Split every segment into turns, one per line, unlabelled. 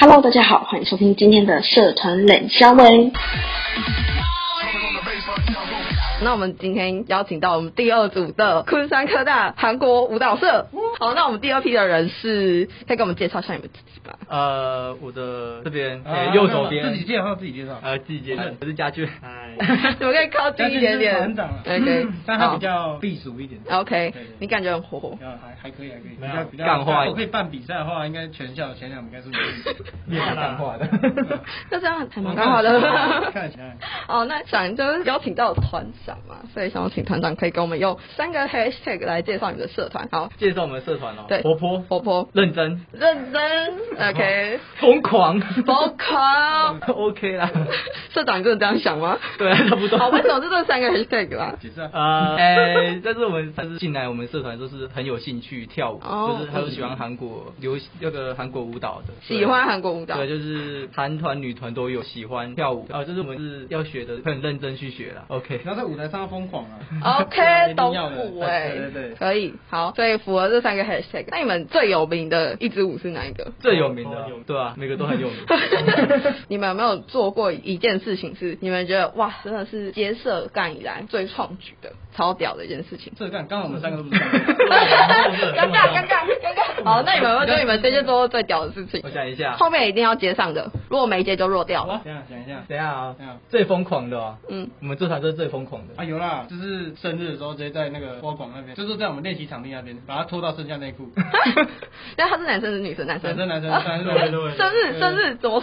Hello，大家好，欢迎收听今天的社团冷消微。
那我们今天邀请到我们第二组的昆山科大韩国舞蹈社。好，那我们第二批的人是，可以给我们介绍一下你们自己吧。
呃，我的这边，
啊
呃右手边，
自己介绍，自己介绍。
呃，自己介绍，我是家俊，哎，
你们可以靠近一点点
团长啊，
对对，
但他比较避暑一点。
好 OK，
对对
你感觉很活泼。
然后还还可以，还可以，比
没有
较比较
干话
我可以办比赛的话，应该全校前两名应该是你
也是 干话的
那这样还蛮
看
好的
起来。看起来
哦，那想就是邀请到团长嘛，所以想要请团长可以给我们用三个 hashtag 来介绍你的社团。好，
介绍我们社团哦，
对
活泼、
活泼、
认真、
认真，OK，
疯狂
疯 狂。
，OK 啦，
社长，你真的这样想吗？
对啊差不多
好，为什么是这三个 hashtag 啦？
解释啊。
呃，哎，但是我们但是进来我们社团都是很有兴趣跳舞，
哦
就是很喜欢韩国流行那个韩国舞蹈的，对
喜欢韩国舞蹈
对，就是韩团、女团都有喜欢跳舞，啊，就是我们是要学的，很认真去学啦，OK，
不要在舞台上要疯狂啊
OK，
一
懂
定要的
舞
对
哎，
对对对，？
可以，好，所以符合这三个 hashtag。那你们最有名的一支舞是哪一个？
最有名的，对啊，每个都很有名。
你们有没有做过一件事情是你们觉得哇，真的是接社干以来最创举的、超屌的一件事情
这干，刚好我们三个都 不是
尴尬，尴尬，尴尬。好，那你们有没有觉得你们这件做过最屌的事情
我？想一下，
后面一定要接上的，如果没接就弱掉了。
这样想一下
等一下啊
等一下，
最疯狂的啊，
嗯，
我们这团都是最疯狂的
啊，。有啦，就是生日的时候直接在那个花广那边，就是在我们练习场地那边，把他拖到剩下内裤。
但他是男生是女生？男生
男生男生
啊
男生
生
对对对
日
对
生日怎么？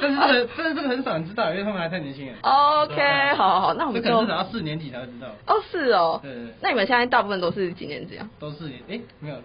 但是这个，但是这个很少人知道，因为他们还太年轻了。
OK，好好好，哦那我
这
们
可
就
能至少要四年级才会知道，
哦是哦
对对对，
那你们现在大部分都是几年级 啊？
都四年，哎，没有，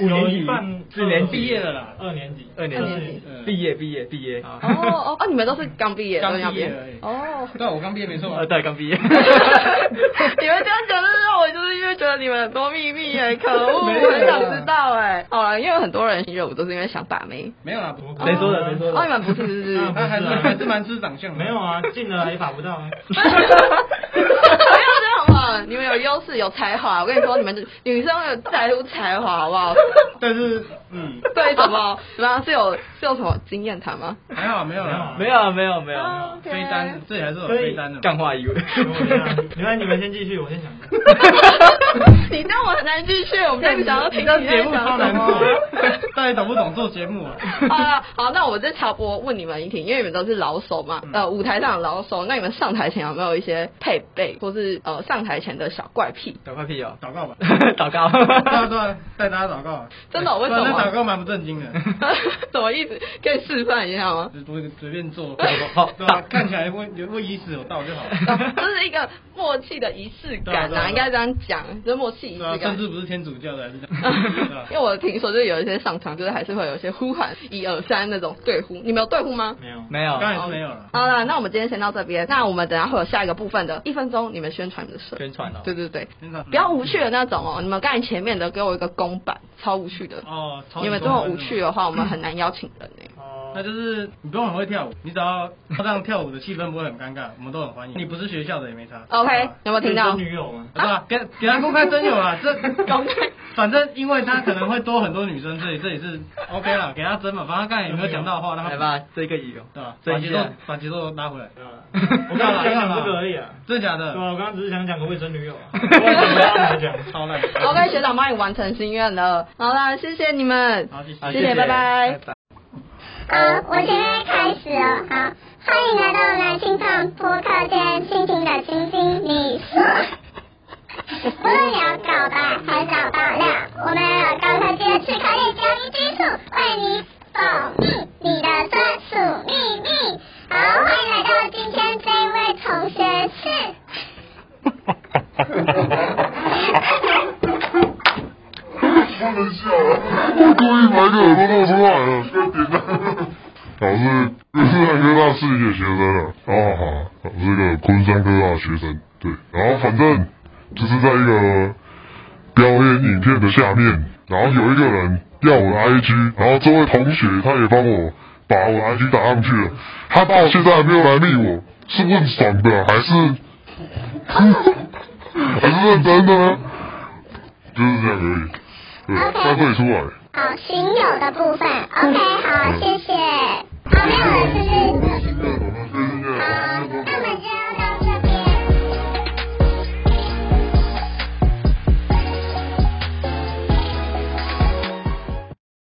五年级
有一半
四年级
毕业了啦，
二年级，
二年
二年
级
级，
嗯啊
毕业毕业毕业。
哦哦哦，你们都是刚毕业，
刚
都是
毕业而已
哦。
对啊，我刚毕业没错啊
呃，。对，刚毕业。
你们这样讲，就是让我就是因为觉得你们很多秘密哎，可 恶，
没有啊
很想知道哎。好了，因为很多人热舞都是因为想把妹，
没有啦，不
谁说的？谁说
哦，你
的？
们不是是是。
他还是啊还是蛮吃长相的。
没有，啊，进了也法不到 啊。
没有这样好不好？你们有优势，有才华。我跟你说，你们女生有在乎才华，好不好？
但是嗯，
对，什么？怎么样？是有是有什么经验谈吗？
还好没有啦，
没有啊没有没有。
啊 OK
飞单，这里还是有飞单的。
干话一位。
没
啊
关系，你们先继续，我先想一下。
你这样我很难继续，我们就想要听
这
你
个节
在
目
讲
超
什
难
么
做。，到底懂不懂做节 目啊？
啊，好，那我再插播问你们一题，因为你们都是老手嘛，呃，舞台上的老手，那你们上台前有没有一些配备，或是呃上台前的小怪癖？
打块屁哦，
祷告吧，
祷告。
对啊对啊，带大家祷告啊。
真的为什么
不然那祷告蛮不正经的，
什么意思？可以示范一下吗？
就不随便做，
好
对吧？看起来问问医师有道 就好 了。
哦这是一个默契的仪式
对啊
感
对啊对
啊，
啊
应该这样讲，就是默契仪
对啊，
式
甚
感。
至不是 天主教的，还是这样对啊
因为我听说，就是有一些上场，就是还是会有一些呼喊一二三那种对呼，你们有对呼吗？
没有，
没有
当。然是没有了。
好了，那我们今天先到这边，那我们等一下会有下一个部分的一分钟，你们宣传你的社。
宣传哦。
对对对，
真的
不要无趣的那种哦。你们刚才前面的给我一个公版，超无趣的。
哦，超级
你们这
多
么
分
无
钟
趣的话，我们很难邀请 人哎。
哦
那就是你不用很会跳舞，你只要让跳舞的气氛不会很尴尬，我们都很欢迎。你不是学校的也没差。
OK，有没有听到？
女友吗？
是吧？给给他公开真有 啊，这
公开
反正因为他可能会多很多女生，所以这也是 OK 啦，给他争嘛。反正刚才也没有讲到的话，让他
来，吧，这个雨哦。
对吧？把
这
节
一
奏
下。
把节奏拉回来。
没有啦
我
我刚
刚
刚
才
想
讲
讲这
这
个
个而
而
已
已
啊
啊。
真的假
对
的？
啊，我刚刚只是想讲个未成女友啊。不 然怎么样来讲？
超烂。
OK，学长帮你完成心愿了。好啦，谢谢你们，
好，谢谢。
好
谢谢拜拜
拜拜。
好，我现在开始哦。好，欢迎来到男性唱播客间，亲情的亲亲，你说。无论有搞吧还是搞爆料，我们有高科技的吃可力交易技术，为你保密你的专属秘密。好，欢迎来到今天这位同学是。
我故意把这耳朵露出来了，快点的。老师，昆山科大是你的学生啊，好好好，我是个昆山科大的学生，对，然后反正就是在一个表演影片的下面，然后有一个人要我的 IG，然后这位同学他也帮我把我的 IG 打上去了，他到现在还没有来密我，是问爽的还是还是认真的呢？就是这样而已，对，干脆出来。
好，好，行有的部分。OK，好，谢谢。啊